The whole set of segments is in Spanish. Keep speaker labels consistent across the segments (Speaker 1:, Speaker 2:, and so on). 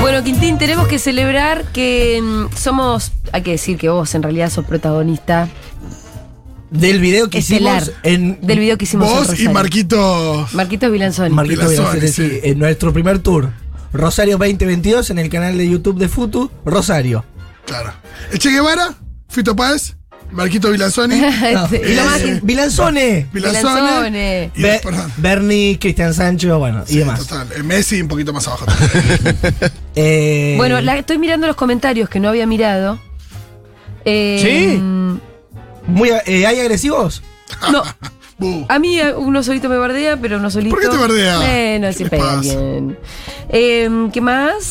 Speaker 1: Bueno, Quintín, tenemos que celebrar que mm, somos, hay que decir que vos en realidad sos protagonista
Speaker 2: Del video que
Speaker 1: Estelar.
Speaker 2: hicimos en.
Speaker 1: del video que hicimos en
Speaker 3: Vos y
Speaker 1: Rosario.
Speaker 3: Marquito.
Speaker 1: Marquitos Vilanzoni.
Speaker 2: Marquito
Speaker 3: Las
Speaker 2: Velasco,
Speaker 3: Zones,
Speaker 2: sí,
Speaker 3: sí.
Speaker 2: en nuestro primer tour. Rosario 2022 en el canal de YouTube de Futu, Rosario.
Speaker 3: Claro. Che Guevara, Fito Páez, Marquito Vilanzoni.
Speaker 1: Este, y
Speaker 3: Eh,
Speaker 1: lo más que-
Speaker 2: Vilanzone.
Speaker 1: Vilanzone.
Speaker 3: Vilanzone. Y,
Speaker 2: eh, Be-
Speaker 3: perdón.
Speaker 2: Bernie, Cristian Sancho, bueno, y demás.
Speaker 3: Total, eh, Messi un poquito más abajo.
Speaker 2: Eh,
Speaker 1: Bueno, la- estoy mirando los comentarios que no había mirado. Eh,
Speaker 2: ¿Sí?
Speaker 1: mm,
Speaker 2: muy, eh, ¿Hay agresivos?
Speaker 1: No,
Speaker 3: Bu.
Speaker 1: a mí eh, uno solito me bardea, pero uno solito.
Speaker 3: ¿Por qué te bardea?
Speaker 1: Bueno,
Speaker 3: ¿Qué
Speaker 1: siempre
Speaker 3: les
Speaker 1: hay
Speaker 3: pasa?
Speaker 1: alguien. Eh, ¿Qué más?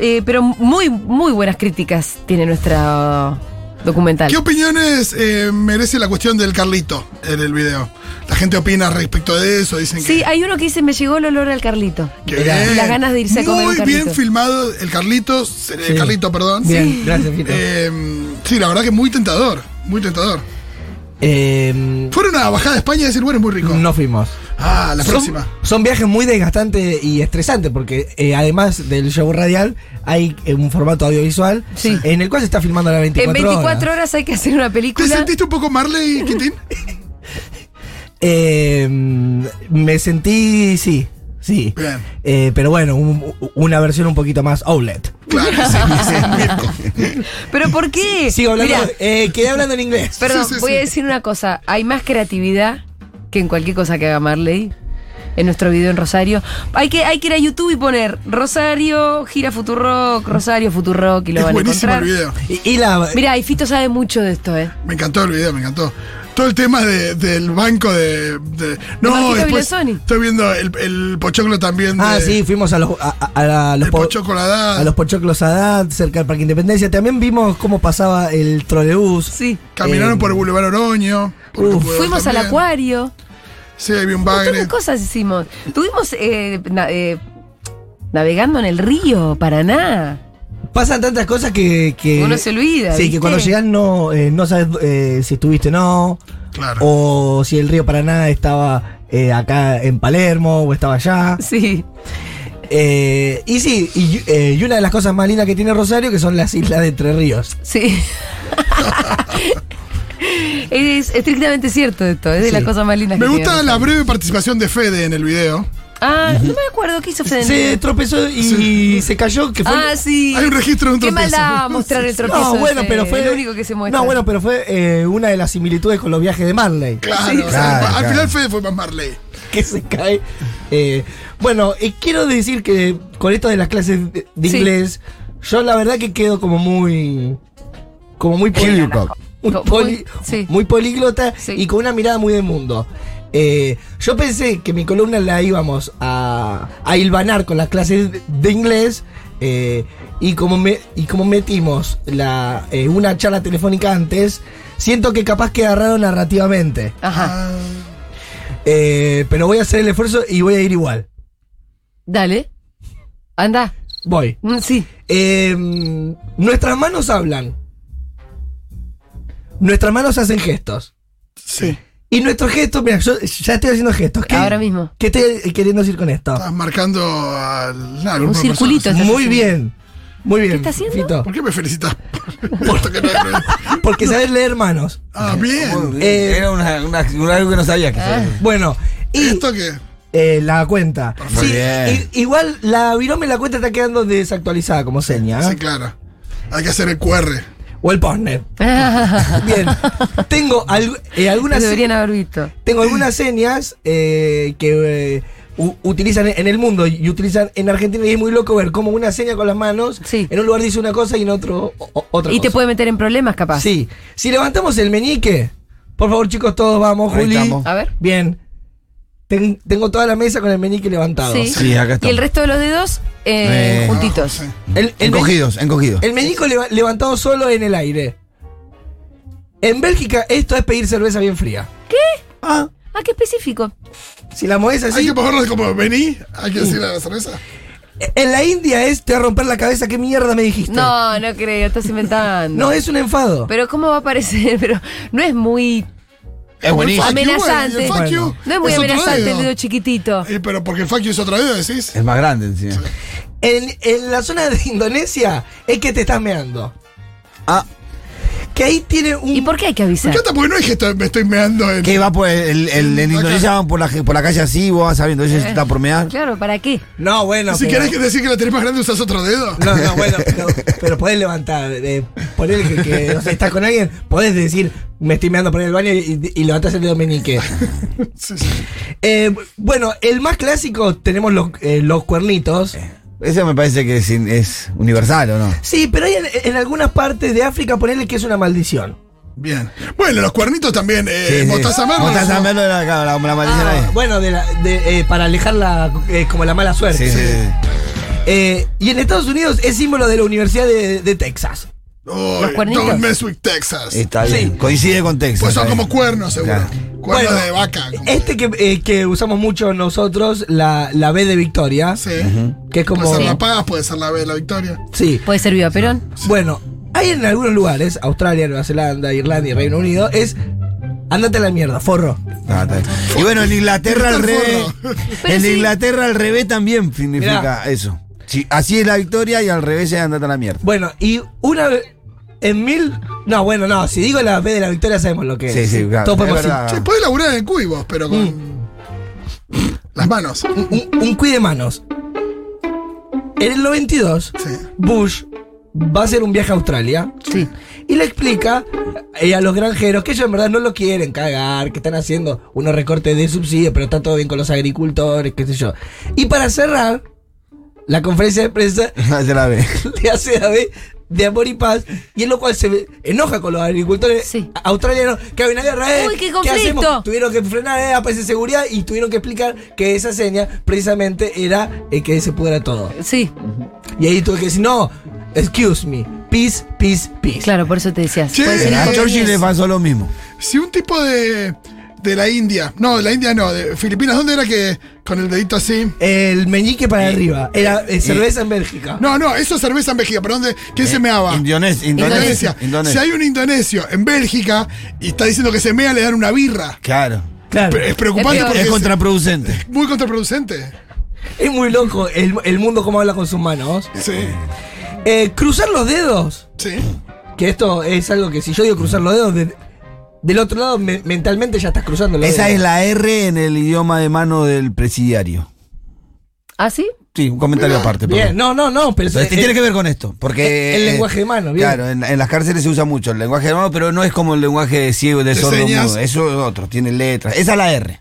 Speaker 1: Eh, pero muy, muy buenas críticas tiene nuestra documental.
Speaker 3: ¿Qué opiniones eh, merece la cuestión del Carlito en el video? La gente opina respecto de eso, dicen que.
Speaker 1: Sí, hay uno que dice, me llegó el olor al Carlito.
Speaker 3: que
Speaker 1: Y Las ganas de irse a comer
Speaker 3: Muy
Speaker 1: un
Speaker 3: bien
Speaker 1: Carlito.
Speaker 3: filmado el Carlito, eh,
Speaker 2: Sí.
Speaker 3: Carlito, perdón.
Speaker 2: Bien, gracias, Fito.
Speaker 3: Eh, sí, la verdad que muy tentador, muy tentador.
Speaker 2: Eh,
Speaker 3: Fueron a bajada a España, ese lugar es muy rico.
Speaker 2: no fuimos.
Speaker 3: Ah, la
Speaker 2: son,
Speaker 3: próxima.
Speaker 2: son viajes muy desgastantes y estresantes porque eh, además del show radial hay eh, un formato audiovisual
Speaker 1: Sí.
Speaker 2: en el cual se está filmando a las
Speaker 1: En
Speaker 2: 24,
Speaker 1: 24
Speaker 2: horas.
Speaker 1: horas. hay que hacer una
Speaker 3: ¿Te
Speaker 1: película.
Speaker 3: sentiste un poco Marley, Quintín?
Speaker 2: Eh, me sentí, sí, sí.
Speaker 3: Bien.
Speaker 2: Eh, pero bueno, un- una versión un poquito más outlet.
Speaker 3: Claro, sí, sí, Mirko.
Speaker 1: ¿Pero por qué?
Speaker 2: Sigo hablando,
Speaker 1: Mirá,
Speaker 2: eh, quedé hablando en inglés.
Speaker 1: Perdón,
Speaker 3: Sí, sí,
Speaker 1: voy a
Speaker 3: sí.
Speaker 1: decir una cosa. Hay más creatividad que en cualquier cosa que haga Marley. En nuestro video en Rosario. Hay que, hay que ir a YouTube y poner Rosario, gira Futurock, Rosario Futurock y lo
Speaker 3: Es
Speaker 1: van a
Speaker 3: buenísimo
Speaker 1: encontrar.
Speaker 3: el video.
Speaker 2: Y, y la...
Speaker 1: Mira, y Fito sabe mucho de esto, ¿eh?
Speaker 3: Me encantó el video, me encantó. Todo el tema de- del banco de. de- no,
Speaker 1: Marquito
Speaker 3: después
Speaker 1: Villasoni.
Speaker 3: estoy viendo el, el pochoclo también.
Speaker 2: Ah,
Speaker 3: de-
Speaker 2: sí, fuimos a los, a, a- a los
Speaker 3: El
Speaker 2: po-
Speaker 3: pochoclo Haddad.
Speaker 2: a los pochoclos Haddad, cerca del Parque Independencia. También vimos cómo pasaba el trolebús.
Speaker 1: Sí.
Speaker 3: Caminaron
Speaker 2: Eh,
Speaker 3: por el Boulevard Oroño. por
Speaker 2: Uf.
Speaker 3: Boulevard
Speaker 1: Fuimos al
Speaker 3: también. Ah,
Speaker 1: acuario.
Speaker 3: Sí, ahí vi un
Speaker 1: Un montón de
Speaker 3: bagre.
Speaker 1: cosas hicimos. Tuvimos eh, na- eh, navegando en el río Paraná.
Speaker 2: Pasan tantas cosas que. que-
Speaker 1: Uno se olvida,
Speaker 2: Eh, Sí,
Speaker 1: ¿viste?
Speaker 2: que cuando llegas no, eh, no sabes eh, si estuviste o no.
Speaker 3: Claro.
Speaker 2: Oh. O si el río Paraná estaba eh, acá en Palermo o estaba allá.
Speaker 1: Sí.
Speaker 2: Eh, y sí, y, eh, y una de las cosas más lindas que tiene Rosario que son las islas de Entre Ríos.
Speaker 1: Sí. es estrictamente cierto esto, es de
Speaker 2: Sí.
Speaker 1: las cosas más lindas
Speaker 3: Me
Speaker 1: que tiene
Speaker 3: gusta
Speaker 1: Rosario.
Speaker 3: la breve participación de Fede en el video.
Speaker 1: Ah, no me acuerdo qué hizo Fede.
Speaker 2: Se tropezó y se cayó, que fue.
Speaker 1: Ah, sí.
Speaker 3: Hay un registro de un
Speaker 1: Qué
Speaker 3: tropezo.
Speaker 1: maldad mostrar el tropezo.
Speaker 2: No,
Speaker 1: de
Speaker 2: bueno,
Speaker 1: Fede,
Speaker 2: pero fue.
Speaker 1: Lo único que se muestra.
Speaker 2: No, bueno, pero fue eh, una de las similitudes con los viajes de Marley.
Speaker 3: Claro,
Speaker 1: Sí.
Speaker 3: o sea,
Speaker 4: Claro,
Speaker 3: al
Speaker 4: claro.
Speaker 3: final Fede fue más Marley.
Speaker 2: que se cae. Eh, bueno, eh, quiero decir que con esto de las clases de, de
Speaker 1: Sí.
Speaker 2: inglés, yo la verdad que quedo como muy. como muy políglota.
Speaker 4: Poco.
Speaker 2: Muy,
Speaker 1: Muy-
Speaker 2: poli-
Speaker 1: sí.
Speaker 2: muy políglota
Speaker 1: Sí.
Speaker 2: y con una mirada muy de mundo. Eh, yo pensé que mi columna la íbamos a, a hilvanar con las clases de, de inglés. eh, y como me, y como metimos la, eh, una charla telefónica antes, siento que capaz queda raro narrativamente.
Speaker 1: Ajá.
Speaker 3: Ah.
Speaker 2: Eh, pero voy a hacer el esfuerzo y voy a ir igual.
Speaker 1: Dale. Anda.
Speaker 2: Voy.
Speaker 1: Mm, Sí.
Speaker 2: Eh, nuestras manos hablan. Nuestras manos hacen gestos.
Speaker 3: Sí,
Speaker 2: Y nuestros gestos, mira, yo ya estoy haciendo gestos. ¿Qué,
Speaker 1: Ahora mismo.
Speaker 2: ¿Qué estoy queriendo decir con esto?
Speaker 3: estás marcando al. al- al-
Speaker 1: Un circulito. estás
Speaker 2: Muy
Speaker 1: haciendo?
Speaker 2: bien. Muy bien.
Speaker 1: estás haciendo?
Speaker 2: Fito.
Speaker 3: ¿Por qué me felicitas por esto que no hay-
Speaker 2: Porque sabes leer manos.
Speaker 3: Ah, bien.
Speaker 2: Eh, Ah.
Speaker 4: Era una, una- una- algo que no sabía que sabía.
Speaker 2: Bueno, y
Speaker 3: ¿Esto qué?
Speaker 2: eh, la cuenta.
Speaker 4: Muy bien.
Speaker 2: i- igual la virome la cuenta está quedando desactualizada como seña.
Speaker 4: ¿Ah?
Speaker 2: ¿eh?
Speaker 3: Sí, claro. Hay que hacer el QR.
Speaker 2: O el postnet. Bien. Tengo algu- eh,
Speaker 1: Lo
Speaker 2: algunas.
Speaker 1: deberían haber visto.
Speaker 2: Tengo algunas señas eh, que eh, u- utilizan en el mundo y utilizan en Argentina y es muy loco ver cómo una seña con las manos
Speaker 1: Sí.
Speaker 2: en un lugar dice una cosa y en otro o- o- otra
Speaker 1: Y te
Speaker 2: cosa.
Speaker 1: puede meter en problemas, capaz.
Speaker 2: Sí. Si levantamos el meñique, por favor chicos todos vamos,
Speaker 4: Ahí
Speaker 2: Juli.
Speaker 4: estamos.
Speaker 1: A ver.
Speaker 2: Bien. Ten- tengo toda la mesa con el meñique levantado.
Speaker 1: Sí.
Speaker 4: Sí,
Speaker 1: Y
Speaker 4: acá estamos.
Speaker 1: el resto de los dedos eh,
Speaker 4: Eh,
Speaker 1: juntitos.
Speaker 3: Ah, sí.
Speaker 2: El, el meñi-
Speaker 4: encogidos, encogidos.
Speaker 2: el meñique leva- levantado solo en el aire. En Bélgica esto es pedir cerveza bien fría.
Speaker 4: Ah,
Speaker 1: Ah, qué específico.
Speaker 2: Si la mueves así...
Speaker 3: Hay que ponerlo como vení, hay que decirle a la cerveza.
Speaker 2: En la India es te va a romper la cabeza, ¿qué mierda me dijiste?
Speaker 1: No, no creo, estás inventando.
Speaker 2: No, es un enfado.
Speaker 1: Pero ¿cómo va a parecer? Pero no es muy
Speaker 4: es buenísimo.
Speaker 3: Fuck you,
Speaker 1: Amenazante.
Speaker 3: el fuck you
Speaker 1: No es muy
Speaker 3: otro
Speaker 1: amenazante
Speaker 3: dedo.
Speaker 1: el dedo chiquitito.
Speaker 3: Eh, pero porque el fuck you es otro dedo, decís.
Speaker 4: Es más grande encima.
Speaker 2: En, en la zona de Indonesia es que te estás meando.
Speaker 4: Ah,
Speaker 2: Que ahí tiene un.
Speaker 1: ¿Y por qué hay que
Speaker 3: Me
Speaker 1: avisar?
Speaker 3: encanta porque no es que estoy- me estoy meando en.
Speaker 4: que va por el, el- el- en Indonesia van por la, por la calle así, vos vas sabiendo, ellos están por mear.
Speaker 1: Claro, ¿para qué?
Speaker 2: No, bueno.
Speaker 3: si
Speaker 2: pero-
Speaker 3: querés que decir que la tenés más grande, usas otro dedo.
Speaker 2: No, no, bueno, no, pero podés levantar, eh, poner que, que, o sea, estás con alguien, podés decir, me estoy meando por el baño y, y levantás el dedo meñique.
Speaker 3: Sí, sí.
Speaker 2: Eh, bueno, el más clásico tenemos los, eh, los cuernitos.
Speaker 3: Eh.
Speaker 4: Eso me parece que es, in- es universal, ¿o no?
Speaker 2: Sí, pero hay en, en algunas partes de África ponerle que es una maldición.
Speaker 3: Bien. Bueno, los cuernitos también. Eh,
Speaker 4: Sí, sí.
Speaker 3: Mostaza Merlo.
Speaker 4: Mostaza Merlo era la, la, la maldición
Speaker 2: Ah,
Speaker 4: ahí.
Speaker 2: bueno, de la- de, eh, para alejar la, eh, como la mala suerte.
Speaker 4: Sí, sí, sí.
Speaker 2: Eh, y en Estados Unidos es símbolo de la Universidad de, de Texas.
Speaker 3: Uy,
Speaker 1: Los cuernitos.
Speaker 3: Don't mess with Texas.
Speaker 4: Está
Speaker 2: Sí.
Speaker 4: bien. Coincide con Texas.
Speaker 3: Pues son
Speaker 4: ahí.
Speaker 3: como cuernos, seguro.
Speaker 4: Claro.
Speaker 3: Cuernos
Speaker 2: Bueno,
Speaker 3: de vaca. como-
Speaker 2: Este que, eh, que usamos mucho nosotros, la, la B de Victoria,
Speaker 3: Sí.
Speaker 2: que es como...
Speaker 4: Pues
Speaker 3: Puede ser la paz, puede ser la B, la victoria.
Speaker 2: Sí.
Speaker 1: Puede ser Viva Perón.
Speaker 2: Bueno, hay en algunos lugares, Australia, Nueva Zelanda, Irlanda y Reino Unido, es andate a la mierda, forro.
Speaker 4: Ah, está bien. Y bueno, en Inglaterra al revés.
Speaker 1: Pero
Speaker 4: En
Speaker 1: sí.
Speaker 4: Inglaterra al revés también significa
Speaker 2: Mirá.
Speaker 4: eso. Sí, así es la victoria y al revés es andate a la mierda.
Speaker 2: Bueno, y una ve- en mil. No, bueno, no, si digo la B de la Victoria sabemos lo que es.
Speaker 4: Sí, sí, claro.
Speaker 2: Todos
Speaker 4: es
Speaker 2: podemos
Speaker 4: verdad.
Speaker 3: Che, podés laburar en cubos, pero con.
Speaker 2: Mm.
Speaker 3: Las manos. Sí.
Speaker 2: decir, Un, un cuide manos. En el 92, Bush va a hacer un viaje a Australia.
Speaker 1: Sí.
Speaker 2: Y le explica eh, a los granjeros que ellos en verdad no lo quieren cagar, que están haciendo unos recortes de subsidio, pero está todo bien con los agricultores, qué sé yo. Y para cerrar, la conferencia de prensa
Speaker 4: Se la ve.
Speaker 2: le hace la B de amor y paz, y en lo cual se ve- enoja con los agricultores
Speaker 1: Sí.
Speaker 2: australianos que habían guerra. eh,
Speaker 1: Uy, qué
Speaker 2: hacemos?
Speaker 1: conflicto.
Speaker 2: Tuvieron que frenar eh, a países de seguridad y tuvieron que explicar que esa seña precisamente era eh, que se pudra todo.
Speaker 1: Sí,
Speaker 2: Y ahí tuve que decir, no, excuse me, peace, peace, peace.
Speaker 1: claro, por eso te decía.
Speaker 3: Che,
Speaker 1: Puede ser
Speaker 3: eh,
Speaker 4: A
Speaker 1: Viva
Speaker 4: Georgie le
Speaker 1: Perón.
Speaker 4: pasó lo mismo.
Speaker 3: Si un tipo de. De la India. No, de la India no, de Filipinas. ¿Dónde era que con el dedito así?
Speaker 2: El meñique para arriba. Era eh, cerveza en Bélgica.
Speaker 3: No, no, eso es cerveza en Bélgica, pero ¿dónde? ¿Quién se meaba?
Speaker 4: Indones-
Speaker 3: Indonesia.
Speaker 4: Indonesia.
Speaker 3: Si
Speaker 4: Indonesia.
Speaker 3: hay un indonesio en Bélgica y está diciendo que se mea, le dan una birra.
Speaker 4: Claro.
Speaker 2: Claro.
Speaker 3: Pero es preocupante
Speaker 1: Es peor.
Speaker 3: porque
Speaker 4: Es
Speaker 3: es
Speaker 4: contraproducente.
Speaker 3: muy contraproducente.
Speaker 2: Es muy loco el, el mundo como habla con sus manos.
Speaker 3: Sí,
Speaker 2: Eh, cruzar los dedos.
Speaker 3: sí.
Speaker 2: Que esto es algo que si yo digo cruzar los dedos, de- del otro lado me- mentalmente ya estás cruzando los
Speaker 4: Esa es
Speaker 2: dedos.
Speaker 4: la R en el idioma de mano del presidiario.
Speaker 1: ¿Ah, sí?
Speaker 4: Sí, un comentario aparte. perdón.
Speaker 2: Bien, no, no, no, pero
Speaker 4: Pero
Speaker 2: es-
Speaker 4: te- tiene que ver con esto, porque...
Speaker 2: El
Speaker 4: eh,
Speaker 2: lenguaje de mano, bien.
Speaker 4: Claro, en, en las cárceles se usa mucho el lenguaje de mano, pero no es como el lenguaje de ciego, de
Speaker 3: De
Speaker 4: sordo,
Speaker 3: señas.
Speaker 4: mudo. Eso es otro, tiene letras. Esa es la R.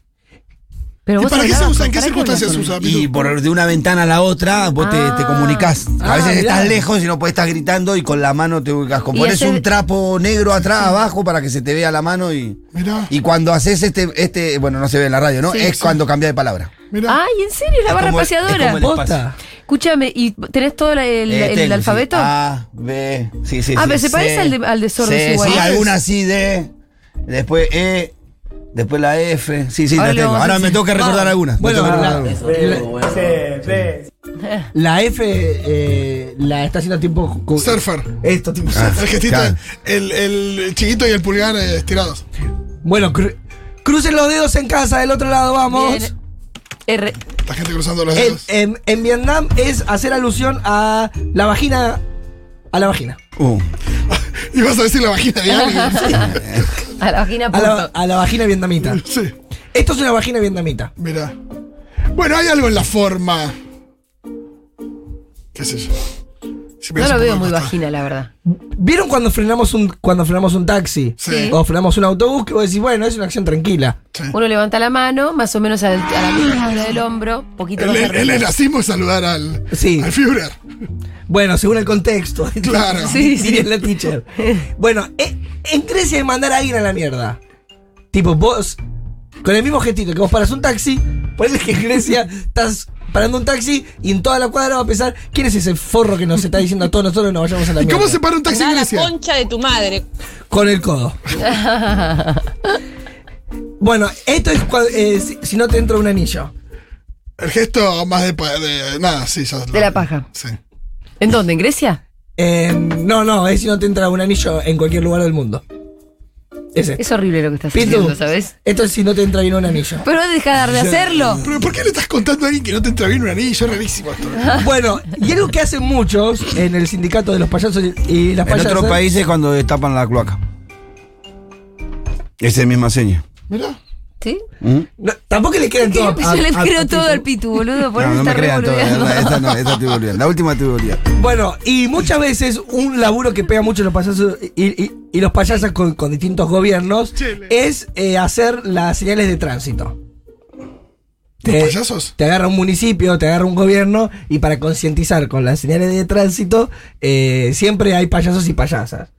Speaker 1: Pero
Speaker 3: ¿Y
Speaker 1: vos
Speaker 3: para qué se
Speaker 1: hablabas
Speaker 3: usa? ¿En
Speaker 1: con-
Speaker 3: qué
Speaker 1: ¿para
Speaker 3: circunstancias se
Speaker 1: hablas
Speaker 3: usa?
Speaker 4: Y
Speaker 3: Pitu?
Speaker 4: por de una ventana a la otra vos te,
Speaker 1: Ah.
Speaker 4: te comunicás.
Speaker 2: Ah,
Speaker 4: A veces
Speaker 2: mirá.
Speaker 4: estás lejos y no podés estar gritando y con la mano te ubicas. Como
Speaker 1: Y
Speaker 4: pones
Speaker 1: hacer-
Speaker 4: un trapo negro atrás, abajo, para que se te vea la mano y.
Speaker 3: Mirá,
Speaker 4: Y cuando haces este, este, bueno, no se ve en la radio, ¿no?
Speaker 1: Sí,
Speaker 4: es
Speaker 1: sí.
Speaker 4: cuando cambias de palabra.
Speaker 3: mirá.
Speaker 1: con- Ay, ¿en serio? La
Speaker 4: Es
Speaker 1: barra
Speaker 4: como el- es
Speaker 1: paseadora.
Speaker 4: como el espacio.
Speaker 2: Posta.
Speaker 1: Escúchame, ¿y tenés todo la- el,
Speaker 4: Eh,
Speaker 1: el
Speaker 4: tengo, sí.
Speaker 1: alfabeto?
Speaker 4: A, B, sí, sí.
Speaker 1: Ah,
Speaker 4: sí,
Speaker 1: pero se
Speaker 4: C,
Speaker 1: parece al de- al de sordos
Speaker 4: C,
Speaker 1: igual.
Speaker 4: Sí,
Speaker 1: Ah,
Speaker 4: alguna sí, D, después E, después la F. Sí, sí,
Speaker 1: Ahora
Speaker 4: la
Speaker 1: le
Speaker 4: tengo.
Speaker 1: vamos a
Speaker 4: Ahora me
Speaker 1: decir-
Speaker 4: tengo que recordar
Speaker 2: Ah,
Speaker 4: algunas. me
Speaker 2: Bueno,
Speaker 4: tengo que recordar
Speaker 2: la,
Speaker 4: algunas.
Speaker 2: la- la F eh, la está haciendo tiempo. cu-
Speaker 3: Surfer.
Speaker 2: Esto, tipo
Speaker 4: Ah.
Speaker 2: surfer.
Speaker 3: El gestito,
Speaker 4: Claro.
Speaker 3: el, el chiquito y el pulgar eh, estirados.
Speaker 2: Bueno, cru- crucen los dedos en casa, del otro lado vamos.
Speaker 1: Bien. R.
Speaker 3: La gente cruzando los
Speaker 2: En,
Speaker 3: dedos.
Speaker 2: en- en Vietnam es hacer alusión a la vagina. A la vagina.
Speaker 4: Uh,
Speaker 3: Y vas a decir la vagina de alguien.
Speaker 1: A la vagina
Speaker 2: A
Speaker 1: punto.
Speaker 2: la, a la vagina vietnamita.
Speaker 3: Sí,
Speaker 2: Esto es una vagina vietnamita.
Speaker 3: mirá. Bueno, hay algo en la forma. ¿Qué sé yo? Si me
Speaker 1: No lo
Speaker 3: das un
Speaker 1: veo
Speaker 3: poco
Speaker 1: muy
Speaker 3: de costa.
Speaker 1: vagina, la verdad.
Speaker 2: ¿Vieron cuando frenamos un, cuando frenamos un taxi?
Speaker 3: Sí.
Speaker 2: O frenamos un autobús que vos decís, bueno, es una acción tranquila.
Speaker 3: Sí.
Speaker 1: Uno levanta la mano, más o menos al- a la misma altura del hombro, poquito
Speaker 3: El,
Speaker 1: más
Speaker 3: el,
Speaker 1: arriba.
Speaker 3: el nazismo Ah. es saludar al,
Speaker 2: Sí.
Speaker 3: al Führer.
Speaker 2: Bueno, según el contexto.
Speaker 3: Claro.
Speaker 1: Sí, sí.
Speaker 2: Diría la teacher. Bueno, e- en Grecia es mandar a alguien a la mierda. Tipo, vos, con el mismo gestito que vos paras un taxi, ponele que en Grecia estás parando un taxi y en toda la cuadra va a pensar, ¿quién es ese forro que nos está diciendo a todos nosotros que nos vayamos a la
Speaker 3: ¿Y
Speaker 2: mierda?
Speaker 3: cómo se para un taxi en
Speaker 5: Nada, la
Speaker 3: Grecia?
Speaker 5: concha de tu madre.
Speaker 2: Con el codo. bueno, esto es cua- eh, si, si no te entra un anillo.
Speaker 3: El gesto más de, pa- de- nada, sí, ya lo-
Speaker 1: De la paja.
Speaker 3: Sí.
Speaker 1: ¿En dónde? ¿En Grecia?
Speaker 2: Em, Eh, no, no, es si no te entra un anillo en cualquier lugar del mundo. Es este.
Speaker 1: Es horrible lo que estás
Speaker 2: Pitu,
Speaker 1: haciendo, ¿sabes?
Speaker 2: Esto es si no te entra bien un anillo.
Speaker 1: Pero deja de hacerlo.
Speaker 3: ¿Pero por qué le estás contando a alguien que no te entra bien un anillo? Es rarísimo esto.
Speaker 2: Bueno, y algo que hacen muchos en el sindicato de los payasos y las
Speaker 4: En
Speaker 2: payasas.
Speaker 4: otros países cuando destapan la cloaca. Esa es misma seña.
Speaker 3: Mirá.
Speaker 1: ¿Sí?
Speaker 4: ¿Mm?
Speaker 2: No, tampoco le quedan
Speaker 1: Yo
Speaker 2: todos. a-
Speaker 1: le
Speaker 2: a-
Speaker 1: creo
Speaker 2: a-
Speaker 1: todo al pitu, boludo. Por
Speaker 4: No,
Speaker 1: eso
Speaker 4: no me
Speaker 1: está re
Speaker 4: crean todo.
Speaker 1: boludeando.
Speaker 4: Esta, esta no, esta estoy boludeando. La última estoy boludeando.
Speaker 2: Bueno, y muchas veces un laburo que pega mucho los payasos y, y- y los payasas con, con distintos gobiernos
Speaker 3: Chile.
Speaker 2: es eh, hacer las señales de tránsito.
Speaker 3: ¿Los
Speaker 2: Te-
Speaker 3: payasos?
Speaker 2: Te agarra un municipio, te agarra un gobierno y para concientizar con las señales de tránsito eh, siempre hay payasos y payasas.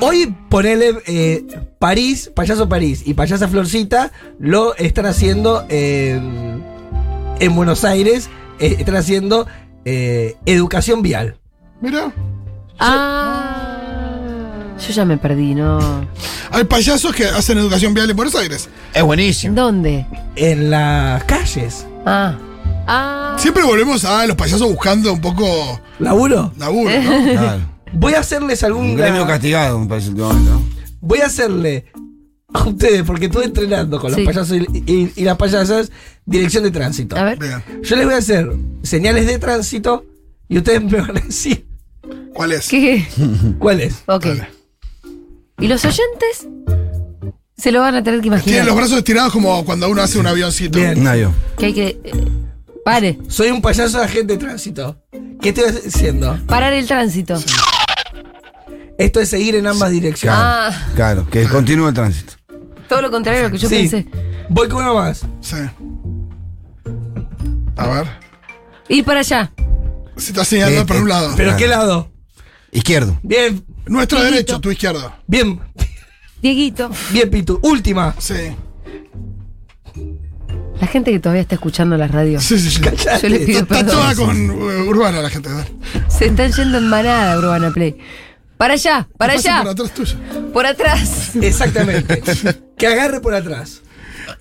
Speaker 2: Hoy ponele eh, París, payaso París y payasa Florcita lo están haciendo eh, en Buenos Aires, eh, están haciendo eh, educación vial.
Speaker 3: Mirá.
Speaker 1: Ah. Yo ya me perdí, ¿no?
Speaker 3: Hay payasos que hacen educación vial en Buenos Aires.
Speaker 4: Es buenísimo.
Speaker 1: ¿En dónde?
Speaker 2: en las calles.
Speaker 1: Ah. Ah.
Speaker 3: Siempre volvemos a los payasos buscando un poco
Speaker 2: ¿Laburo?
Speaker 3: laburo, ¿no?
Speaker 4: Claro.
Speaker 2: Voy a hacerles
Speaker 4: Un
Speaker 2: algún.
Speaker 4: gremio castigado, me parece este últimamente, ¿no?
Speaker 2: Voy a hacerle a ustedes, porque estuve entrenando con los
Speaker 1: Sí.
Speaker 2: payasos y, y- y las payasas, dirección de tránsito.
Speaker 1: A ver.
Speaker 3: Bien.
Speaker 2: Yo les voy a hacer señales de tránsito y ustedes me van a decir
Speaker 3: ¿Cuál es?
Speaker 1: ¿Qué?
Speaker 2: cuál es.
Speaker 1: Ok. ¿Y los oyentes? Se lo van a tener que
Speaker 3: Tienen
Speaker 1: imaginar.
Speaker 3: los brazos estirados como cuando uno hace un avioncito.
Speaker 2: Bien.
Speaker 4: No, yo.
Speaker 1: Que hay que. eh, pare.
Speaker 2: Soy un payaso de agente de tránsito. ¿Qué estoy haciendo?
Speaker 1: Parar el tránsito.
Speaker 2: Esto es seguir en ambas direcciones.
Speaker 1: Ah.
Speaker 4: Claro, que continúe el tránsito.
Speaker 1: Todo lo contrario a lo que yo
Speaker 2: Sí.
Speaker 1: pensé.
Speaker 2: Voy con uno más.
Speaker 3: Sí. A ver.
Speaker 1: Ir para allá.
Speaker 3: Se está señalando
Speaker 4: Sí,
Speaker 1: Este.
Speaker 3: por
Speaker 4: sí.
Speaker 3: un lado.
Speaker 2: ¿Pero
Speaker 4: Claro.
Speaker 2: qué lado?
Speaker 4: Izquierdo.
Speaker 2: Bien,
Speaker 3: Nuestro derecho, tu izquierda.
Speaker 2: bien,
Speaker 1: Dieguito.
Speaker 2: bien, Pitu. Última.
Speaker 3: Sí.
Speaker 1: La gente que todavía está escuchando las radios.
Speaker 3: Sí, sí, sí.
Speaker 1: Yo les pido
Speaker 3: Está toda
Speaker 1: perdón.
Speaker 3: con eh, Urbana la gente. dale.
Speaker 1: Se están yendo en manada, Urbana Play. Para allá, para
Speaker 3: Pasen
Speaker 1: allá,
Speaker 3: Por atrás tuyo.
Speaker 1: por atrás.
Speaker 2: Exactamente. que agarre por atrás.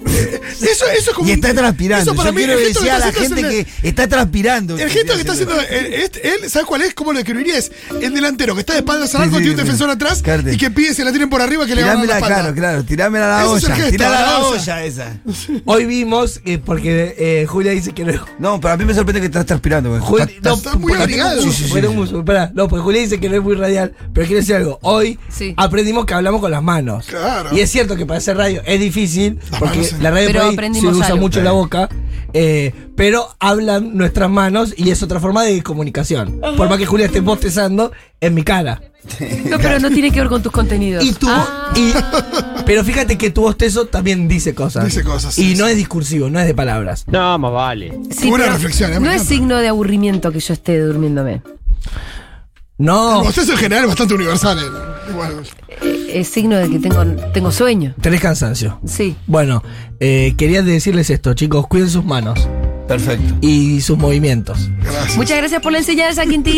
Speaker 3: Eso, eso es como.
Speaker 4: Y
Speaker 3: un-
Speaker 4: está transpirando.
Speaker 3: Eso para
Speaker 4: Yo
Speaker 3: mí,
Speaker 4: quiero
Speaker 3: el gesto
Speaker 4: decir a la
Speaker 3: que está
Speaker 4: gente
Speaker 3: haciendo es
Speaker 4: que está transpirando.
Speaker 3: El el gesto que está haciendo. el- este- Él, ¿sabes cuál es? ¿Cómo lo describiría? Es el delantero que está de espaldas al
Speaker 4: Sí,
Speaker 3: arco,
Speaker 4: sí,
Speaker 3: tiene un
Speaker 4: sí.
Speaker 3: defensor atrás
Speaker 4: Carte.
Speaker 3: y que pide se la tiren por arriba que le ganan la
Speaker 4: Tirámela,
Speaker 3: espalda.
Speaker 4: claro, claro. Tirámela a la
Speaker 3: Ese es el
Speaker 4: olla.
Speaker 3: gesto, a
Speaker 4: Tirámela a
Speaker 3: la
Speaker 4: la
Speaker 3: olla.
Speaker 4: olla esa.
Speaker 2: Hoy vimos, eh, porque eh, Julia dice que no.
Speaker 4: No, pero a mí me sorprende que estás transpirando. güey.
Speaker 2: Juli-
Speaker 4: Estás-
Speaker 2: no,
Speaker 3: está muy
Speaker 2: porque
Speaker 3: abrigado.
Speaker 2: tengo un
Speaker 3: Sí,
Speaker 2: buzo,
Speaker 3: sí,
Speaker 2: porque tengo un buzo. Pará, no, pues Julia dice que no es muy radial, pero quiero decir algo. Hoy
Speaker 1: Sí.
Speaker 2: aprendimos que hablamos con las manos.
Speaker 3: Claro.
Speaker 2: Y es cierto que para hacer radio es difícil,
Speaker 3: Las
Speaker 2: porque
Speaker 3: manos, sí.
Speaker 2: la radio
Speaker 1: Pero
Speaker 2: por ahí se
Speaker 1: aprendimos
Speaker 2: usa
Speaker 1: algo.
Speaker 2: mucho
Speaker 4: Sí.
Speaker 2: la boca, eh, pero hablan nuestras manos y es otra forma de comunicación. Por más que Julia esté bostezando en mi cara.
Speaker 1: No, pero no tiene que ver con tus contenidos.
Speaker 2: Y tu,
Speaker 1: Ah,
Speaker 2: y, pero fíjate que tu bostezo también dice cosas.
Speaker 3: Dice cosas, sí,
Speaker 2: Y no
Speaker 3: sí.
Speaker 2: es discursivo, no es de palabras.
Speaker 5: No, más vale.
Speaker 1: sí,
Speaker 3: buena
Speaker 1: pero
Speaker 3: reflexión, eh, me
Speaker 1: No es
Speaker 3: encanta.
Speaker 1: signo de aburrimiento que yo esté durmiéndome.
Speaker 2: No,
Speaker 3: Usted es en general es bastante universal. él. Igual.
Speaker 1: Eh, Es signo de que tengo, tengo sueño.
Speaker 2: tenés cansancio.
Speaker 1: Sí.
Speaker 2: Bueno, eh, quería decirles esto, chicos, cuiden sus manos
Speaker 4: Perfecto.
Speaker 2: y sus movimientos.
Speaker 3: Gracias.
Speaker 1: Muchas gracias por la enseñanza, Quintín.